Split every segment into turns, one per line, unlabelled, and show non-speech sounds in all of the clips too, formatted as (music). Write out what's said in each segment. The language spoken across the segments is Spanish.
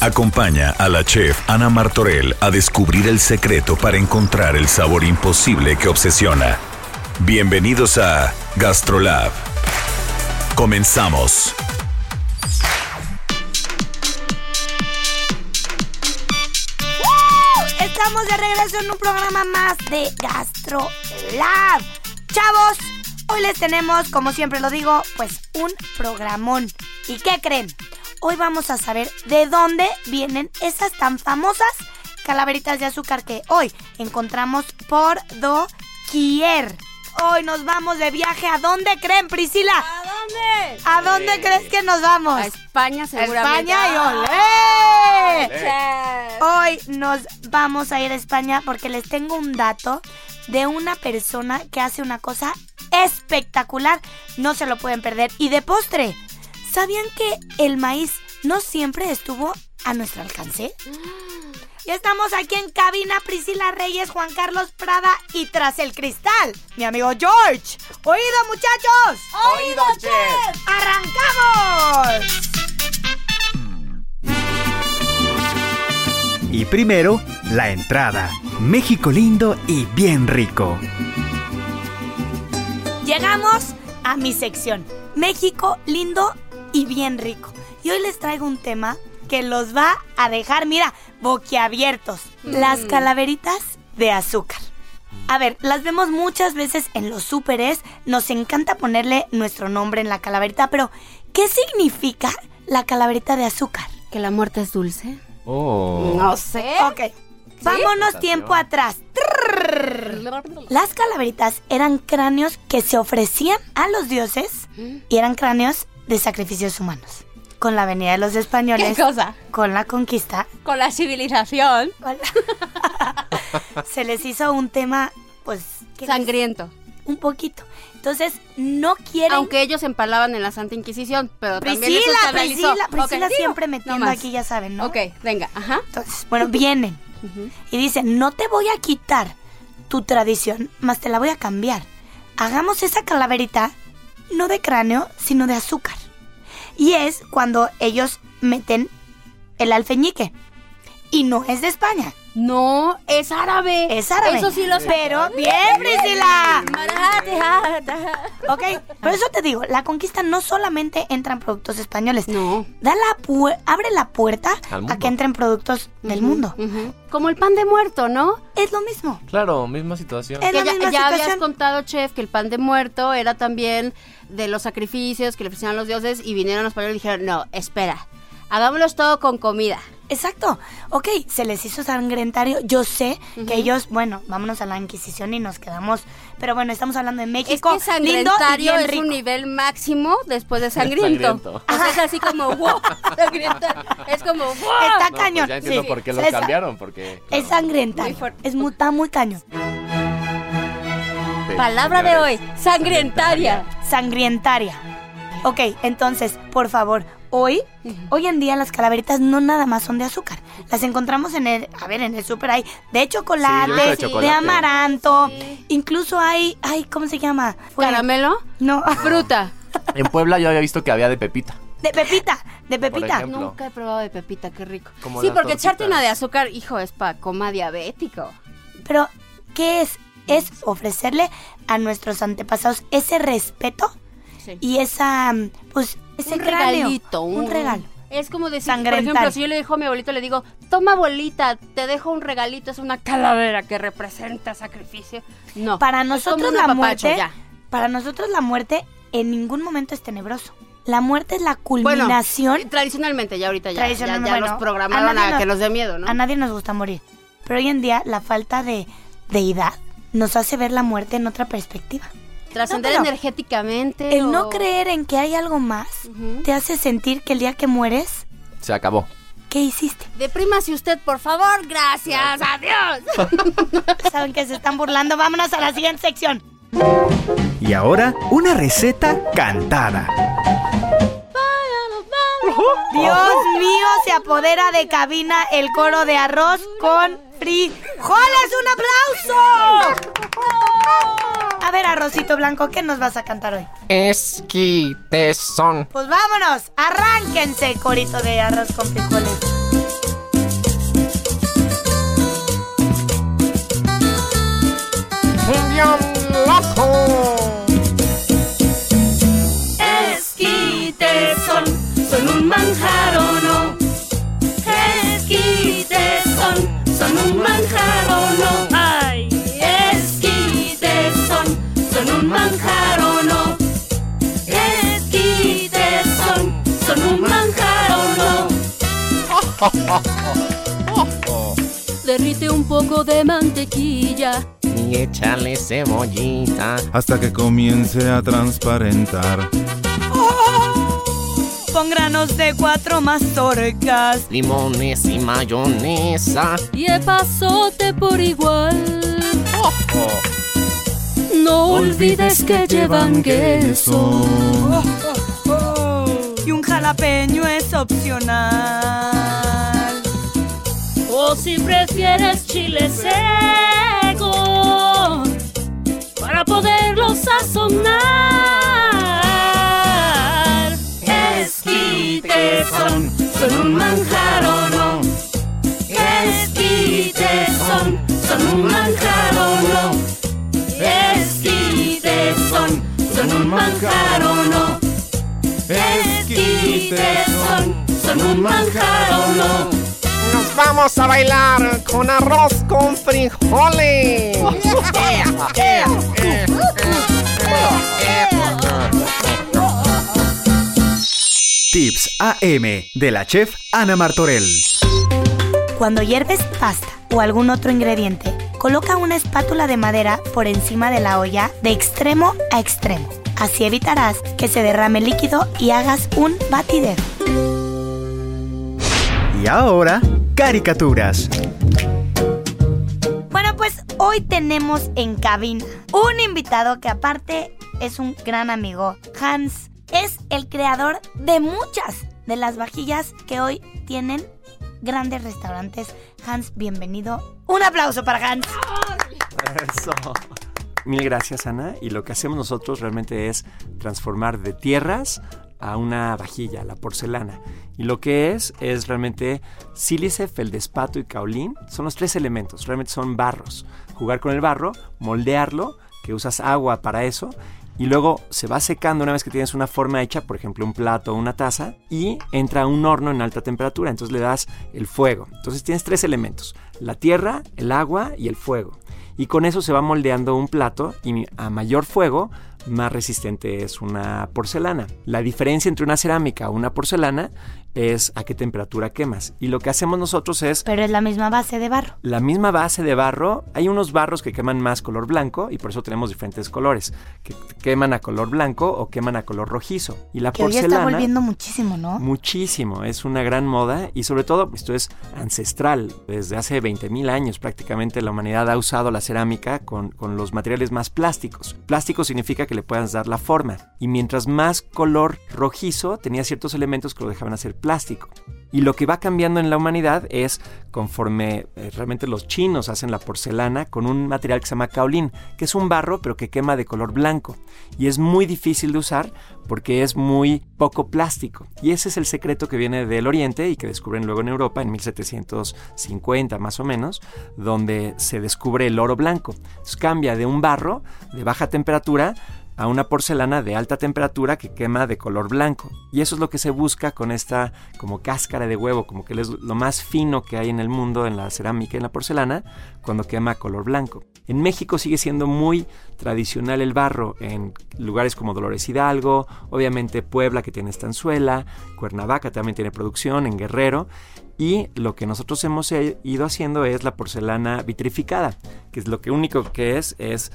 Acompaña a la chef Ana Martorell a descubrir el secreto para encontrar el sabor imposible que obsesiona. Bienvenidos a Gastrolab. Comenzamos.
Estamos de regreso en un programa más de GastroLab. Chavos, hoy les tenemos, como siempre lo digo, pues un programón. ¿Y qué creen? Hoy vamos a saber de dónde vienen esas tan famosas calaveritas de azúcar que hoy encontramos por doquier. Hoy nos vamos de viaje. ¿A dónde creen, Priscila?
¿A dónde?
¿A dónde crees que nos vamos?
A España seguramente. Ah.
España y olé.
Chef.
Hoy nos vamos a ir a España porque les tengo un dato de una persona que hace una cosa espectacular. No se lo pueden perder. Y de postre, ¿sabían que el maíz no siempre estuvo a nuestro alcance? Ya estamos aquí en cabina Priscila Reyes, Juan Carlos Prada y tras el cristal, mi amigo George. Oído muchachos.
Oído, chef.
¡Arrancamos!
Y primero, la entrada. México lindo y bien rico.
Llegamos a mi sección. México lindo y bien rico. Y hoy les traigo un tema que los va a dejar, mira, boquiabiertos. Las calaveritas de azúcar. A ver, las vemos muchas veces en los súperes. Nos encanta ponerle nuestro nombre en la calaverita, pero ¿qué significa la calaverita de azúcar?
¿Que la muerte es dulce? No sé.
Ok. Vámonos tiempo atrás. Trrr. Las calaveritas eran cráneos que se ofrecían a los dioses y eran cráneos de sacrificios humanos. Con la venida de los españoles,
¿Qué cosa?
con la conquista,
Con la civilización.
con la- (laughs) se les hizo un tema, pues, que les-
Sangriento.
un poquito. Entonces, no quieren...
Aunque ellos empalaban en la Santa Inquisición, pero también eso
Priscila,
se realizó.
Priscila,
Ok,
Priscila
digo,
siempre
no
metiendo
más.
aquí, ya saben, ¿no?
Ok, venga, ajá.
Entonces, bueno, vienen y dicen, no te voy a quitar tu tradición, más te la voy a cambiar. Hagamos esa calaverita, no de cráneo, sino de azúcar. Y es cuando ellos meten el alfeñique. Y no es de España,
No, es árabe.
es árabe.
Eso sí lo sé.
Pero bien, Priscila.
Maratija.
Ok, por eso te digo, la conquista no solamente entran productos españoles.
No.
Da la pu- abre la puerta
Al
a
mundo.
que entren productos del mundo.
Ujú. Como el pan de muerto, ¿no?
Es lo mismo.
Claro, misma situación.
Es
Que
la
ya,
misma
ya habías
situación.
contado, chef, que el pan de muerto era también de los sacrificios que le ofrecían los dioses y vinieron los españoles y dijeron, no, espera, hagámoslos todo con comida.
Exacto. Ok, se les hizo sangrentario. Yo sé que ellos, bueno, vámonos a la Inquisición y nos quedamos. Pero bueno, estamos hablando de
Es
México.
que sangrentario
lindo y bien
es un
rico.
nivel máximo después de sangriento.
Sangriento.
O sea, es así como, wow, (laughs) sangriento. Es como, wow.
Está
No, pues
cañón.
ya entiendo
Sí.
por qué lo
Es-
cambiaron, porque...
Es sangrentario.
Muy fuerte.
es muy, está muy cañón.
claro,
Palabra de hoy,
pues, señores,
sangrentaria.
Sangrientaria. Ok, entonces, por favor, hoy, hoy en día las calaveritas no nada más son de azúcar. Las encontramos en el, a ver, en el súper hay de chocolate,
Sí, yo he visto de
de,
chocolate.
amaranto. Incluso hay, ay, ¿cómo se llama? Fue-
Caramelo,
No, (laughs)
fruta.
En Puebla yo había visto que había de pepita.
de pepita, de pepita.
ejemplo.
Nunca he probado de pepita, qué rico.
Como
sí,
la
porque
tortita.
echarte una de azúcar, hijo, es pa' coma diabético.
Pero, ¿qué es? Es ofrecerle a nuestros antepasados ese respeto
Sí.
y esa, mm, pues, ese
un Oh,
cráneo.
regalito,
un, regalo.
Es como decir, por
Sangrentario.
ejemplo, si yo le dejo a mi abuelito, le digo, toma abuelita, te dejo un regalito, es una calavera que representa sacrificio. No,
Para
es como
nosotros
un
la
apapacho,
muerte,
ya.
para nosotros la muerte en ningún momento es tenebroso. La muerte es la culminación.
Bueno, tradicionalmente, ya ahorita ya,
Tradicional-
ya- ya
bueno,
nos programaron a,
nadie nos-
que nos dé miedo, ¿no?
A nadie nos gusta morir. Pero hoy en día la falta de, deidad nos hace ver la muerte en otra perspectiva.
Trascender
No, pero
energéticamente.
El no
o-
creer en que hay algo más
Ujú.
te hace sentir que el día que mueres,
Se acabó.
¿qué hiciste?
Deprímase usted, por favor. Gracias. Adiós.
Saben que se están burlando. Vámonos a la siguiente sección.
Y ahora, una receta cantada.
Dios mío, se apodera de cabina el coro de arroz con frijoles. ¡Un aplauso! A ver, arrocito blanco, ¿qué nos vas a cantar hoy?
Esquites son.
Pues vámonos, arránquense, corito de arroz con frijoles.
Un guión loco.
Esquites son, son un manjar o no. Esquites son, son un manjar o no. Ay, esquites son, son un manjar o no. Esquites son, son un manjar o no.
Derrite un poco de mantequilla.
Y échale cebollita.
hasta que comience a transparentar.
Pon granos de cuatro mazorcas.
Limones y mayonesa.
Y epazote por igual. No olvides que llevan queso.
Y un jalapeño es opcional.
O si prefieres chile seco. Para poderlo sazonar.
Esquites son, son un manjar o no. Esquites son, son un manjar o no. Esquites son, son un manjar o no. Esquites son, son un manjar o no.
Nos vamos a bailar con arroz con frijoles.
Tips AM de la chef Ana Martorell.
Cuando hierves pasta o algún otro ingrediente, coloca una espátula de madera por encima de la olla de extremo a extremo. Así evitarás que se derrame líquido y hagas un batidero.
Y ahora, caricaturas.
Bueno, pues hoy tenemos en cabina un invitado que aparte es un gran amigo. Hans es el creador de muchas de las vajillas que hoy tienen grandes restaurantes. Hans, bienvenido. Un aplauso para Hans.
Eso. Mil gracias, Ana. Y lo que hacemos nosotros realmente es transformar de tierras a una vajilla, la porcelana. Y lo que es, es realmente sílice, feldespato y caolín. Son los tres elementos, realmente son barros. Jugar con el barro, moldearlo, que usas agua para eso. Y luego se va secando una vez que tienes una forma hecha, por ejemplo un plato o una taza, y entra a un horno en alta temperatura, entonces le das el fuego. Entonces tienes tres elementos, la tierra, el agua y el fuego y con eso se va moldeando un plato y mi- a mayor fuego más resistente es una porcelana. La diferencia entre una cerámica o una porcelana es a qué temperatura quemas y lo que hacemos nosotros es
Pero es la misma base de barro.
la misma base de barro, hay unos barros que queman más color blanco y por eso tenemos diferentes colores, que queman a color blanco o queman a color rojizo. Y la
Que hoy
porcelana
está volviendo muchísimo, ¿no?
Muchísimo, es una gran moda y sobre todo esto es ancestral. Desde hace 20.000 años prácticamente la humanidad ha usado la cerámica con, con los materiales más plásticos. Plástico significa que le puedas dar la forma y mientras más color rojizo tenía ciertos elementos que lo dejaban hacer plástico. Y lo que va cambiando en la humanidad es conforme eh, realmente los chinos hacen la porcelana con un material que se llama kaolin, que es un barro pero que quema de color blanco. Y es muy difícil de usar porque es muy poco plástico. Y ese es el secreto que viene del Oriente y que descubren luego en Europa en 1750 más o menos, donde se descubre el oro blanco. Entonces cambia de un barro de baja temperatura a una porcelana de alta temperatura que quema de color blanco. Y eso es lo que se busca con esta como cáscara de huevo, como que es lo más fino que hay en el mundo en la cerámica y en la porcelana cuando quema color blanco. En México sigue siendo muy tradicional el barro en lugares como Dolores Hidalgo, obviamente Puebla que tiene estanzuela, Cuernavaca también tiene producción, en Guerrero. Y lo que nosotros hemos he- ido haciendo es la porcelana vitrificada, que es lo que único que es, es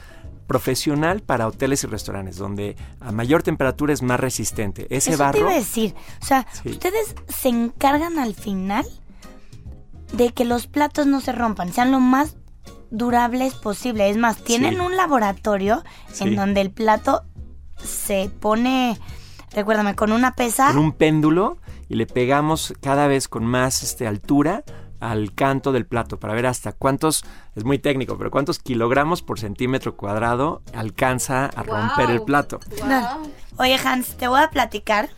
profesional para hoteles y restaurantes, donde a mayor temperatura es más resistente. Ese
Eso
barro...
te iba a decir. O sea,
Sí.
ustedes se encargan al final de que los platos no se rompan, sean lo más durables posible. Es más, tienen
Sí.
un laboratorio
Sí.
en donde el plato se pone, recuérdame, con una pesa.
con un péndulo y le pegamos cada vez con más este, altura al canto del plato para ver hasta cuántos, es muy técnico, pero cuántos kilogramos por centímetro cuadrado alcanza a romper el plato.
No. Oye, Hans, te voy a platicar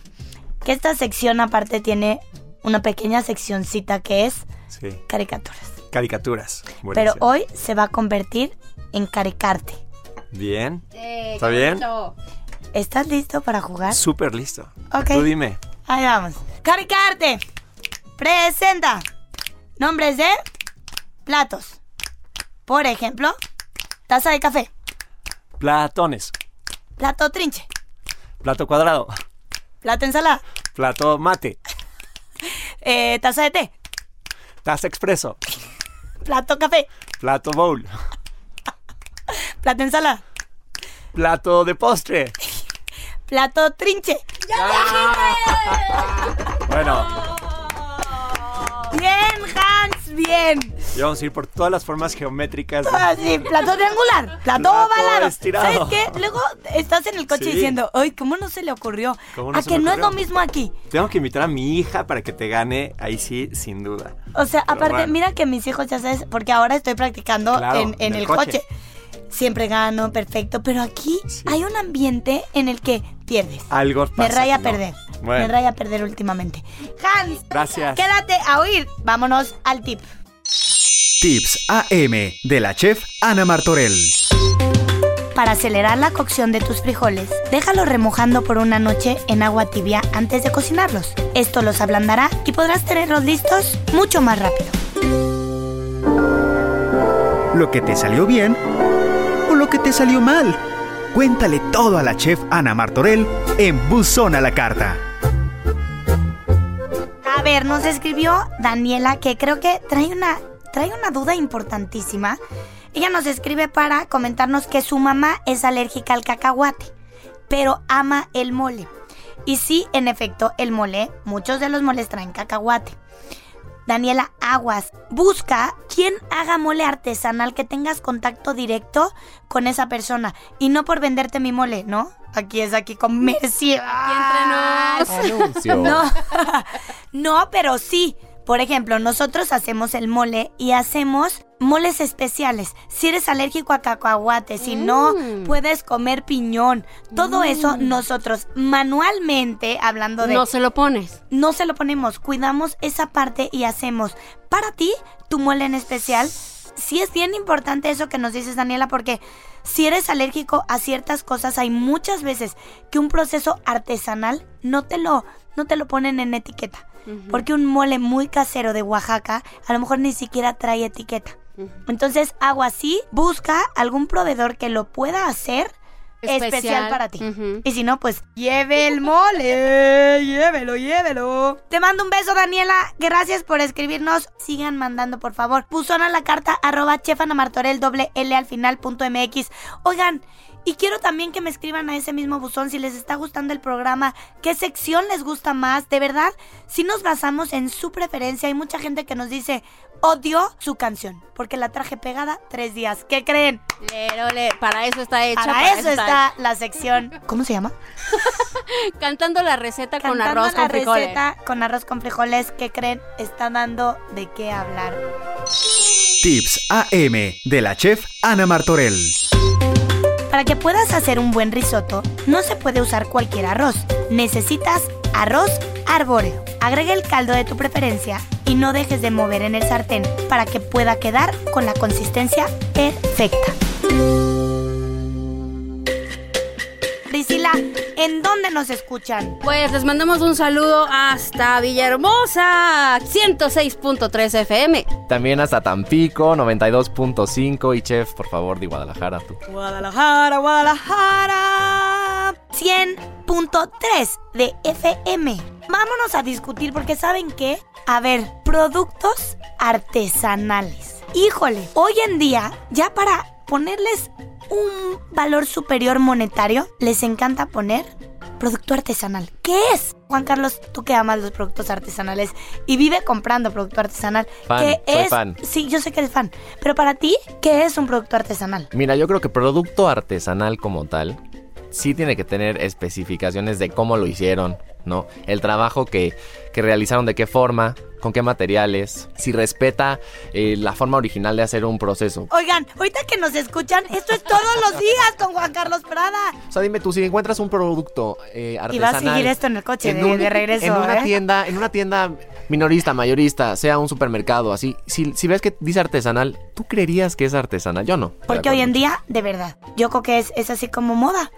que esta sección aparte tiene una pequeña seccioncita que es
Sí.
caricaturas.
Caricaturas.
Pero hoy se va a convertir en caricarte.
Bien.
Eh,
¿Está bien?
¿Estás listo para jugar?
Súper listo.
Ok.
Tú dime.
Ahí vamos. Caricarte. Presenta. Nombres de platos. Por ejemplo, taza de café,
Platones.
plato trinche,
Plato cuadrado.
plato ensalada,
Plato mate.
eh, taza de té,
Taza expreso.
plato café,
Plato bowl.
plato ensalada,
Plato de postre.
plato trinche.
Bueno,
Bien, Hans, bien.
y vamos a ir por todas las formas geométricas.
Así, plato triangular, plato,
Plato
ovalado.
estirado.
¿Sabes qué? Luego estás en el coche
Sí.
diciendo, ay, ¿cómo no se le ocurrió?
¿Cómo no
a
se
que
me
no es lo
ocurrió?
mismo aquí.
Tengo que invitar a mi hija para que te gane, ahí sí, sin duda.
O sea,
Pero
aparte,
bueno.
mira que mis hijos, ya sabes, porque ahora estoy practicando
Claro,
en, en el, coche. Siempre gano, perfecto, pero aquí hay un ambiente en el que pierdes.
Algo pasa.
Me raya a
¿no?
perder. Me
Bueno.
raya a perder últimamente. Hans,
Gracias.
quédate a oír. Vámonos al tip.
Tips AM de la chef Ana Martorell.
Para acelerar la cocción de tus frijoles, déjalos remojando por una noche en agua tibia antes de cocinarlos. Esto los ablandará y podrás tenerlos listos mucho más rápido.
Lo que te salió bien o lo que te salió mal. Cuéntale todo a la chef Ana Martorell en Buzón a la Carta.
A ver, nos escribió Daniela que creo que trae una, trae una duda importantísima. Ella nos escribe para comentarnos que su mamá es alérgica al cacahuate, pero ama el mole. Y sí, en efecto, el mole, muchos de los moles traen cacahuate. Daniela Aguas, busca quien haga mole artesanal que tengas contacto directo con esa persona y no por venderte mi mole, ¿no? Aquí es aquí comercio.
Aquí Anuncio.
No, (laughs) no, pero sí. Por ejemplo, nosotros hacemos el mole y hacemos moles especiales. Si eres alérgico a cacahuate, si no puedes comer piñón, todo eso nosotros manualmente, hablando de...
No se lo pones.
No se lo ponemos, cuidamos esa parte y hacemos para ti tu mole en especial. Sí es bien importante eso que nos dices Daniela porque si eres alérgico a ciertas cosas hay muchas veces que un proceso artesanal no te lo no te lo ponen en etiqueta. Porque un mole muy casero de Oaxaca a lo mejor ni siquiera trae etiqueta. Entonces, hago así, busca algún proveedor que lo pueda hacer especial,
Especial.
para ti. Y si no, pues lleve el mole, llévelo, llévelo. Te mando un beso, Daniela. Gracias por escribirnos. Sigan mandando, por favor. Buzón a la carta arroba chefanamartorel doble L al final punto MX. Oigan, y quiero también que me escriban a ese mismo buzón si les está gustando el programa, qué sección les gusta más. De verdad, si nos basamos en su preferencia, hay mucha gente que nos dice, odio su canción, porque la traje pegada tres días. ¿Qué creen?
Pero le- para eso está hecha.
Para, eso está la sección.
(laughs)
¿Cómo se llama?
Cantando la receta con
Cantando
arroz
la
con frijoles.
receta con arroz con frijoles. ¿Qué creen? Está dando de qué hablar.
Tips AM de la chef Ana Martorell.
Para que puedas hacer un buen risotto, no se puede usar cualquier arroz. Necesitas arroz arbóreo. Agrega el caldo de tu preferencia y no dejes de mover en el sartén para que pueda quedar con la consistencia perfecta. Priscila, ¿en dónde nos escuchan?
Pues les mandamos un saludo hasta Villahermosa, 106.3 FM.
También hasta Tampico, 92.5 y chef, por favor, de Guadalajara, tú.
Guadalajara, Guadalajara. 100.3 de FM. Vámonos a discutir porque saben qué? A ver, productos artesanales. Híjole, hoy en día, ya para ponerles un valor superior monetario, les encanta poner producto artesanal. ¿Qué es? Juan Carlos, tú que amas los productos artesanales y vive comprando producto artesanal.
Fan,
¿Qué
soy
es?
fan.
Sí, yo sé que eres fan. Pero para ti, ¿qué es un producto artesanal?
Mira, yo creo que producto artesanal como tal sí tiene que tener especificaciones de cómo lo hicieron, ¿no? El trabajo que, que realizaron, de qué forma, con qué materiales, si respeta eh, la forma original de hacer un proceso.
Oigan, ahorita que nos escuchan, esto es todos los días con Juan Carlos Prada.
O sea, dime tú, si encuentras un producto eh,
Y va a
artesanal...
seguir esto en el coche de, de regreso.
En una
¿eh?
tienda, en una tienda minorista, mayorista, sea un supermercado, así. Si, si ves que dice artesanal, ¿tú creerías que es artesanal? Yo no.
Porque hoy en día, de verdad, yo creo que es, es así como moda.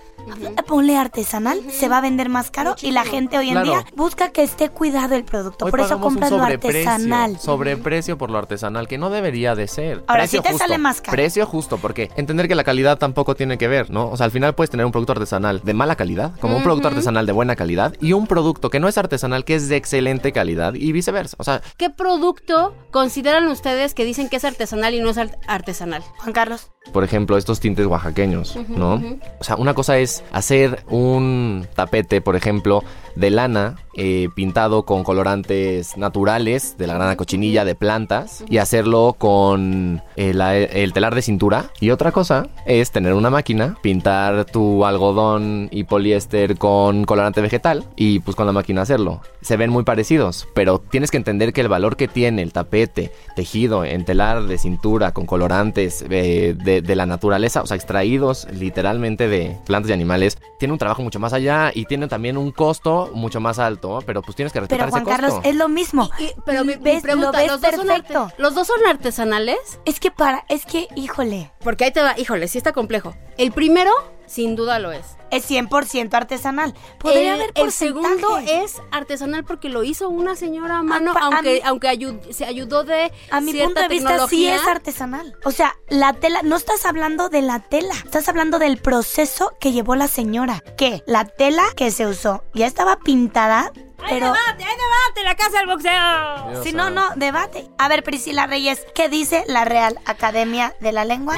Ponle artesanal, se va a vender más caro y la gente hoy en
Claro.
día busca que esté cuidado el producto.
Hoy
Por eso
pagamos un
compras lo
sobreprecio,
artesanal.
Sobreprecio por lo artesanal, que no debería de ser.
Ahora,
Precio
sí te
justo.
sale más caro.
Precio justo, porque entender que la calidad tampoco tiene que ver, ¿no? O sea, al final puedes tener un producto artesanal de mala calidad, como un producto artesanal de buena calidad, y un producto que no es artesanal, que es de excelente calidad, y viceversa. O sea,
¿Qué producto consideran ustedes que dicen que es artesanal y no es art- artesanal?
Juan Carlos.
por ejemplo, estos tintes oaxaqueños, ¿no? O sea, una cosa es hacer un tapete, por ejemplo, de lana eh, pintado con colorantes naturales de la grana cochinilla de plantas y hacerlo con eh, la- el telar de cintura. Y otra cosa es tener una máquina, pintar tu algodón y poliéster con colorante vegetal y pues con la máquina hacerlo. Se ven muy parecidos, pero tienes que entender que el valor que tiene el tapete tejido en telar de cintura con colorantes eh, de, de la naturaleza, o sea, extraídos literalmente de plantas y animales, tiene un trabajo mucho más allá y tiene también un costo mucho más alto, pero pues tienes que
Pero
respetar ese
Juan Carlos,
costo.
es lo mismo.
pero mi, mi
¿Ves?
pregunta,
lo ves
¿los, Dos son arte-
perfecto.
¿los dos son artesanales?
Es que para, es que, híjole,
Porque ahí te va, híjole, sí está complejo. El primero, sin duda lo es.
es 100% artesanal. Podría
el,
haber
Eh, el
porcentaje. Ah,
segundo es artesanal porque lo hizo una señora a mano,
pa- a
aunque,
mí-
aunque ayu- se ayudó de
A mi
cierta
punto de vista sí
tecnología.
es artesanal. O sea, la tela, no estás hablando de la tela, estás hablando del proceso que llevó la señora. Que la tela que se usó ya estaba pintada, pero...
debate! ¡La casa del boxeo!
Si no, no, debate. A ver, Priscila Reyes, ¿qué dice la Real Academia de la Lengua?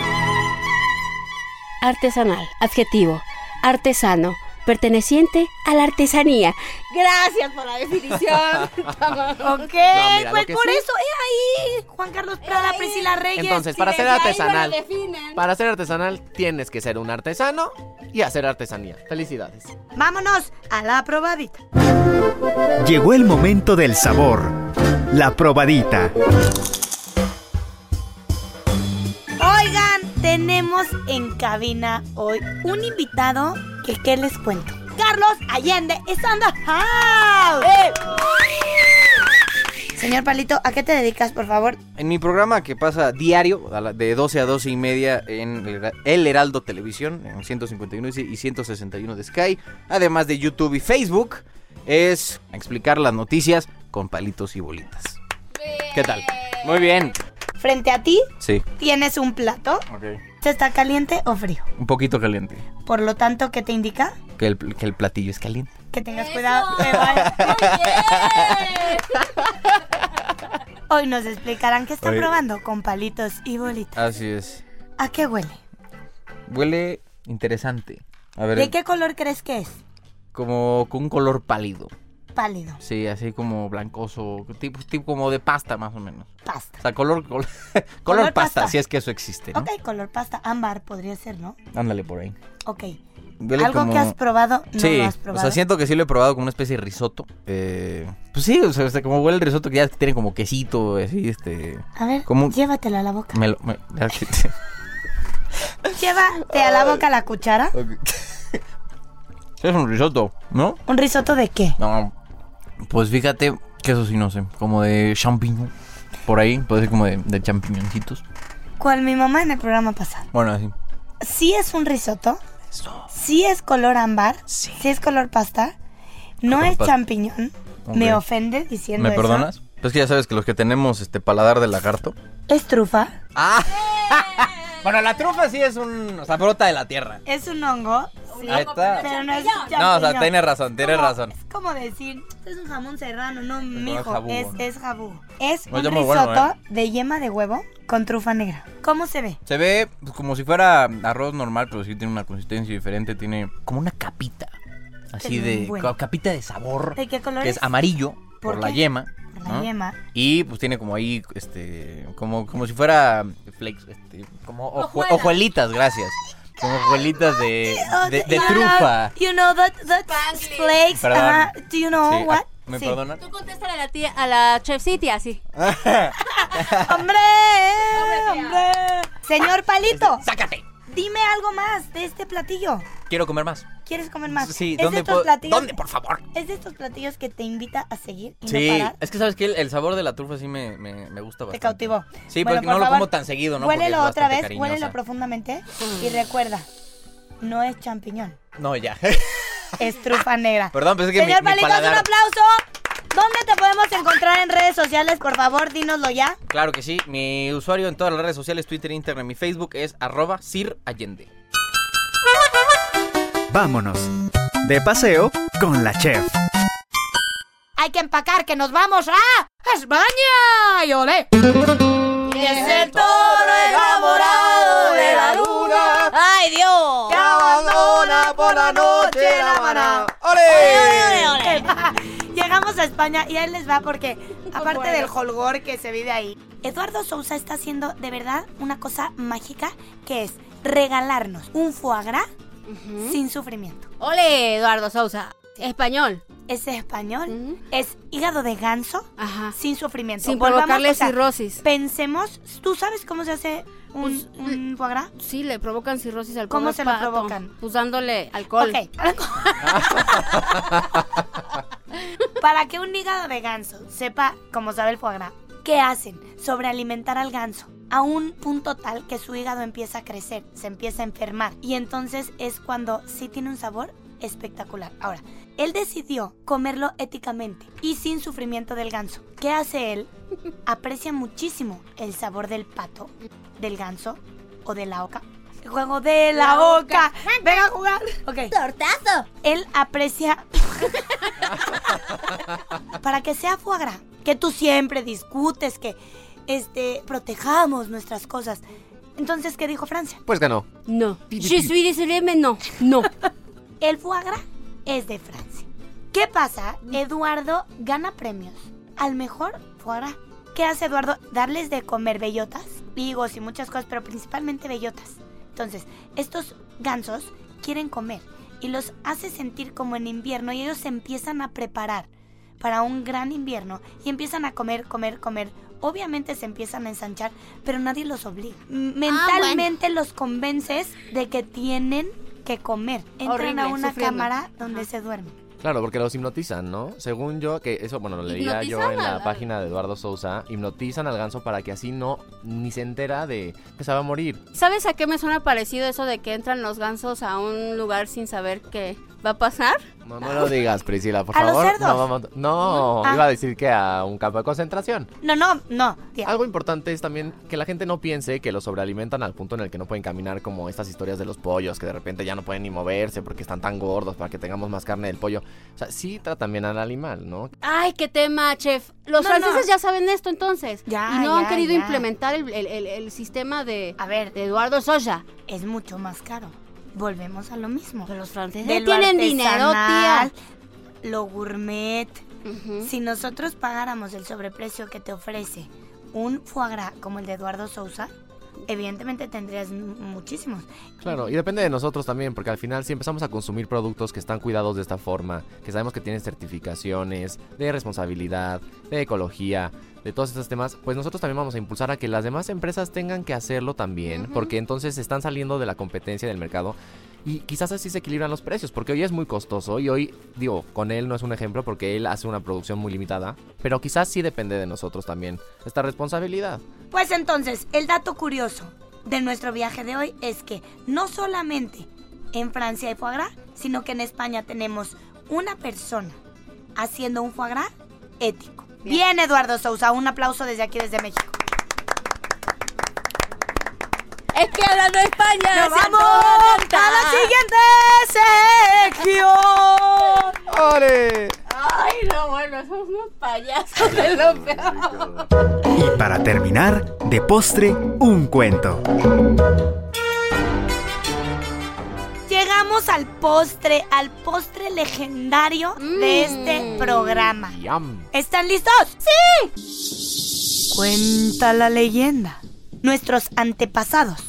Artesanal, adjetivo. Artesano, perteneciente a la artesanía.
Gracias por la (laughs) definición.
Ok,
mira,
pues
lo que
por
sí-
eso, he ahí. Juan Carlos Prada, Priscila Reyes.
Entonces, para ser artesanal, para ser artesanal tienes que ser un artesano y hacer artesanía. Felicidades.
Vámonos a la probadita.
Llegó el momento del sabor. La probadita.
Oigan, tenemos en cabina hoy un invitado que qué les cuento. Carlos Allende es on the house. Señor Palito, ¿a qué te dedicas, por favor?
En mi programa que pasa diario, a la- de 12 a 12 y media en el Hera- El Heraldo Televisión, en 151 y 161 de Sky, además de YouTube y Facebook, es explicar las noticias con palitos y bolitas. ¿Qué tal? Muy bien.
Frente a ti
Sí,
tienes un plato. ¿Este está caliente o frío?
un poquito caliente.
Por lo tanto, ¿qué te indica?
Que el, que el platillo es caliente.
Que tengas cuidado. te va- Hoy nos explicarán qué están
Oye.
probando con palitos y bolitas.
Así es.
¿A qué huele?
Huele interesante. A ver,
¿De qué color crees que es?
como con un color pálido.
Pálido.
Sí, así como blancoso, tipo, tipo como de pasta más o menos.
Pasta.
O sea, color, col- color,
Color
pasta,
pasta.
si es que eso existe, ¿no?
Ok, color pasta ámbar podría ser, ¿no?
Ándale por ahí.
Ok.
Huele
Algo
como-
que has probado, no
sí,
lo has
o sea,
probado.
siento que sí lo he probado como una especie de risotto. Eh, pues sí, o sea, o sea, como huele el risotto que ya tiene como quesito, así, este...
a ver,
como-
llévatela a la boca.
Me lo- me-
(laughs) Llévate a la boca la cuchara.
(laughs) es un risotto, ¿no?
¿Un risotto de qué?
No, pues fíjate que eso sí no sé, como de champiñón. Por ahí, puede ser como de, de champiñoncitos.
Cual mi mamá en el programa pasado.
Bueno, así.
Sí es un risotto. Sí es color ámbar. Sí. es color pasta. No
Color
es
pasta.
champiñón.
Ok.
Me ofende diciendo
¿Me
eso.
perdonas? Pues que ya sabes que los que tenemos este paladar de lagarto.
Es trufa.
Bueno, la trufa sí es un. O sea, brota de la tierra.
Es un hongo. sí.
Ahí está.
Pero no es
No, o sea,
champiñón.
tienes razón, tienes
como-
razón.
Es como decir, es un jamón serrano, no, mijo,
jabugo,
es,
¿no?
es jabugo. Es
No, está
un risotto
muy bueno, ¿eh?
de yema de huevo con trufa negra. ¿Cómo se ve?
Se ve pues, como si fuera arroz normal, pero sí tiene una consistencia diferente. Tiene como una capita. Así
Qué
de.
bueno.
Capita de sabor.
¿De qué color
Que es amarillo
¿Por
por, la
qué?
yema.
La
¿no?
yema.
Y pues tiene como ahí, este, como, como si fuera flakes, este, como ojo-
Hojuelas.
hojuelitas, gracias. Como hojuelitas de,
Oh,
de,
th-
de
you
trufa.
know- you know that, that flakes.
Perdón.
ajá, do you know
Sí, ah,
what?
¿Me
Sí.
perdonan?
Tú contéstale a la tía, a la Chef City así.
(laughs) ¡Hombre! ¡Hombre! Señor
(laughs)
Palito. ¡Sácate! Dime algo más de este platillo.
Quiero comer más.
¿Quieres comer más?
Sí,
¿Es de
¿dónde
estos
puedo-
platillos-
dónde, por favor?
Es de estos platillos que te invita a seguir y no
Sí,
parar.
es que sabes que el, el sabor de la trufa sí me, me, me gusta
Te
bastante.
cautivó.
Sí,
Bueno,
porque
por
no lo
favor,
como tan seguido, ¿no? Porque
Huélelo
es
otra vez,
bastante
huélelo
cariñosa.
profundamente y recuerda, no es champiñón,
No,
(laughs)
ya.
es trufa negra.
(laughs) Perdón, pero es que mi-
Señor
mi
Palitos,
paladar-
un aplauso. ¿Dónde te podemos encontrar en redes sociales? Por favor, dínoslo ya.
Claro que sí. Mi usuario en todas las redes sociales, Twitter, Instagram y Facebook es arroba Sir Allende.
Vámonos. De paseo con la chef.
Hay que empacar que nos vamos a España. Y olé. Y ese toro enamorado de la luna. ¡Ay, Dios! Te abandona por la noche la maná. (laughs) Llegamos a España y ahí les va porque, aparte del holgor que se vive ahí, Eduardo Sousa está haciendo de verdad una cosa mágica que es regalarnos un foie gras sin sufrimiento.
¡Ole, Eduardo Sousa! Español.
Es español. Es hígado de ganso Mm. sin sufrimiento.
Sin
Volvamos,
provocarle
o sea,
cirrosis.
Pensemos, ¿tú sabes cómo se hace un, un foie gras?
Sí, le provocan cirrosis al
¿Cómo
pobre
se lo
pato,
provocan?
Pues dándole alcohol.
Ok. (laughs) Para que un hígado de ganso sepa, como sabe el foie gras, ¿qué hacen? Sobrealimentar al ganso a un punto tal que su hígado empieza a crecer, se empieza a enfermar. Y entonces es cuando sí tiene un sabor espectacular. Ahora, él decidió comerlo éticamente y sin sufrimiento del ganso. ¿Qué hace él? Aprecia muchísimo el sabor del pato, del ganso o de la oca. El juego de la,
La
oca. Venga a jugar. Ok. ¡Tortazo! Él aprecia (laughs) para que sea foie gras, que tú siempre discutes, que este, protejamos nuestras cosas. Entonces, ¿qué dijo Francia?
Pues ganó.
No. Je suis désolé, no. No.
El foie gras es de Francia. ¿Qué pasa? Eduardo gana premios al mejor foie gras. ¿Qué hace Eduardo? Darles de comer bellotas, higos y muchas cosas, pero principalmente bellotas. Entonces, estos gansos quieren comer y los hace sentir como en invierno y ellos se empiezan a preparar para un gran invierno y empiezan a comer, comer, comer. Obviamente se empiezan a ensanchar, pero nadie los obliga. M- Mentalmente los convences de que tienen que comer. Entran
Horrible,
a una
sufriendo.
cámara donde se duermen.
Claro, porque los hipnotizan, ¿no? Según yo, que eso, bueno, (laughs) lo leía yo
Hipnotizan
en la
al-
página de Eduardo Sousa, hipnotizan al ganso para que así no ni se entera de que se va a morir.
¿Sabes a qué me suena parecido eso de que entran los gansos a un lugar sin saber qué va a pasar?
No, no lo
(laughs)
digas, Priscila, por
¿A los
favor.
cerdos?
No, vamos- no,
Ah.
iba a decir que a un campo de concentración.
No, no, no.
Algo importante es también que la gente no piense que los sobrealimentan al punto en el que no pueden caminar, como estas historias de los pollos, que de repente ya no pueden ni moverse porque están tan gordos para que tengamos más carne del pollo. O sea, sí tratan bien al animal, ¿no?
Ay, qué tema, chef. Los
No,
franceses
no.
ya saben esto entonces.
Ya,
y no han
ya,
querido
ya.
implementar el, el- el- el sistema de,
A ver,
de Eduardo Soya.
es mucho más caro. Volvemos a lo mismo. Pero los franceses
tienen dinero, tía.
Lo gourmet. Si nosotros pagáramos el sobreprecio que te ofrece un foie gras como el de Eduardo Sousa, evidentemente tendrías m- muchísimos.
Claro, y depende de nosotros también, porque al final si empezamos a consumir productos que están cuidados de esta forma, que sabemos que tienen certificaciones de responsabilidad, de ecología, de todos estos temas, pues nosotros también vamos a impulsar a que las demás empresas tengan que hacerlo también, porque entonces están saliendo de la competencia del mercado. Y quizás así se equilibran los precios, porque hoy es muy costoso y hoy, digo, con él no es un ejemplo porque él hace una producción muy limitada, pero quizás sí depende de nosotros también esta responsabilidad.
Pues entonces, el dato curioso de nuestro viaje de hoy es que no solamente en Francia hay foie gras, sino que en España tenemos una persona haciendo un foie gras ético. Bien, Eduardo Sousa, un aplauso desde aquí, desde México.
Es que hablando de España.
¡Nos vamos! ¡A la siguiente!
lo peor.
Y para terminar, de postre, un cuento.
Llegamos al postre, al postre legendario de este programa. ¿Están listos? ¡Sí! Cuenta la leyenda. Nuestros antepasados,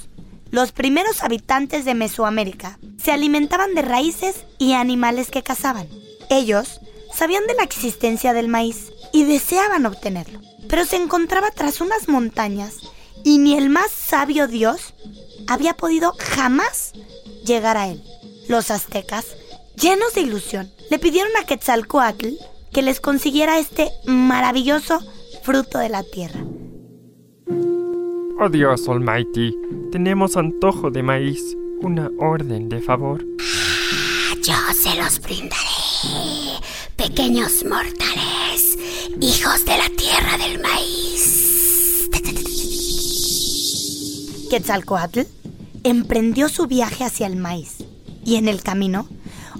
los primeros habitantes de Mesoamérica, se alimentaban de raíces y animales que cazaban. Ellos sabían de la existencia del maíz y deseaban obtenerlo, pero se encontraba tras unas montañas y ni el más sabio dios había podido jamás llegar a él. Los aztecas, llenos de ilusión, le pidieron a Quetzalcoatl que les consiguiera este maravilloso fruto de la tierra.
Oh Dios Almighty, tenemos antojo de maíz. Una orden de favor.
Yo se los brindaré, pequeños mortales, hijos de la tierra del maíz.
Quetzalcoatl emprendió su viaje hacia el maíz y en el camino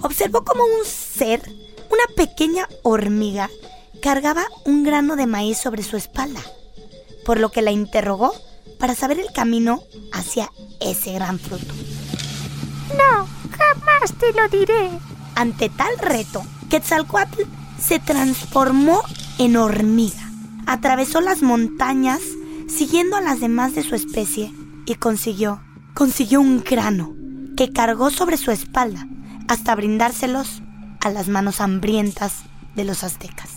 observó como un ser, una pequeña hormiga, cargaba un grano de maíz sobre su espalda, por lo que la interrogó para saber el camino hacia ese gran fruto.
No, jamás te lo diré.
Ante tal reto, Quetzalcoatl se transformó en hormiga. Atravesó las montañas siguiendo a las demás de su especie y consiguió, consiguió un grano que cargó sobre su espalda hasta brindárselos a las manos hambrientas de los aztecas.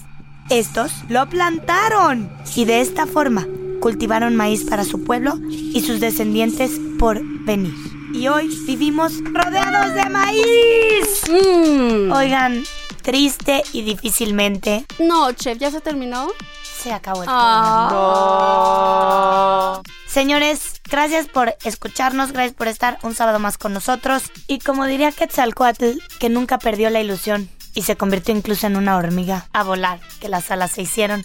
Estos lo plantaron y de esta forma cultivaron maíz para su pueblo y sus descendientes por venir. Y hoy vivimos rodeados de maíz.
Mm.
Oigan, triste y difícilmente
No, chef, ¿ya se terminó?
se acabó el
Ah.
programa. Señores, gracias por escucharnos, gracias por estar un sábado más con nosotros. Y como diría Quetzalcoatl, que nunca perdió la ilusión y se convirtió incluso en una hormiga a volar, que las alas se hicieron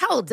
Hold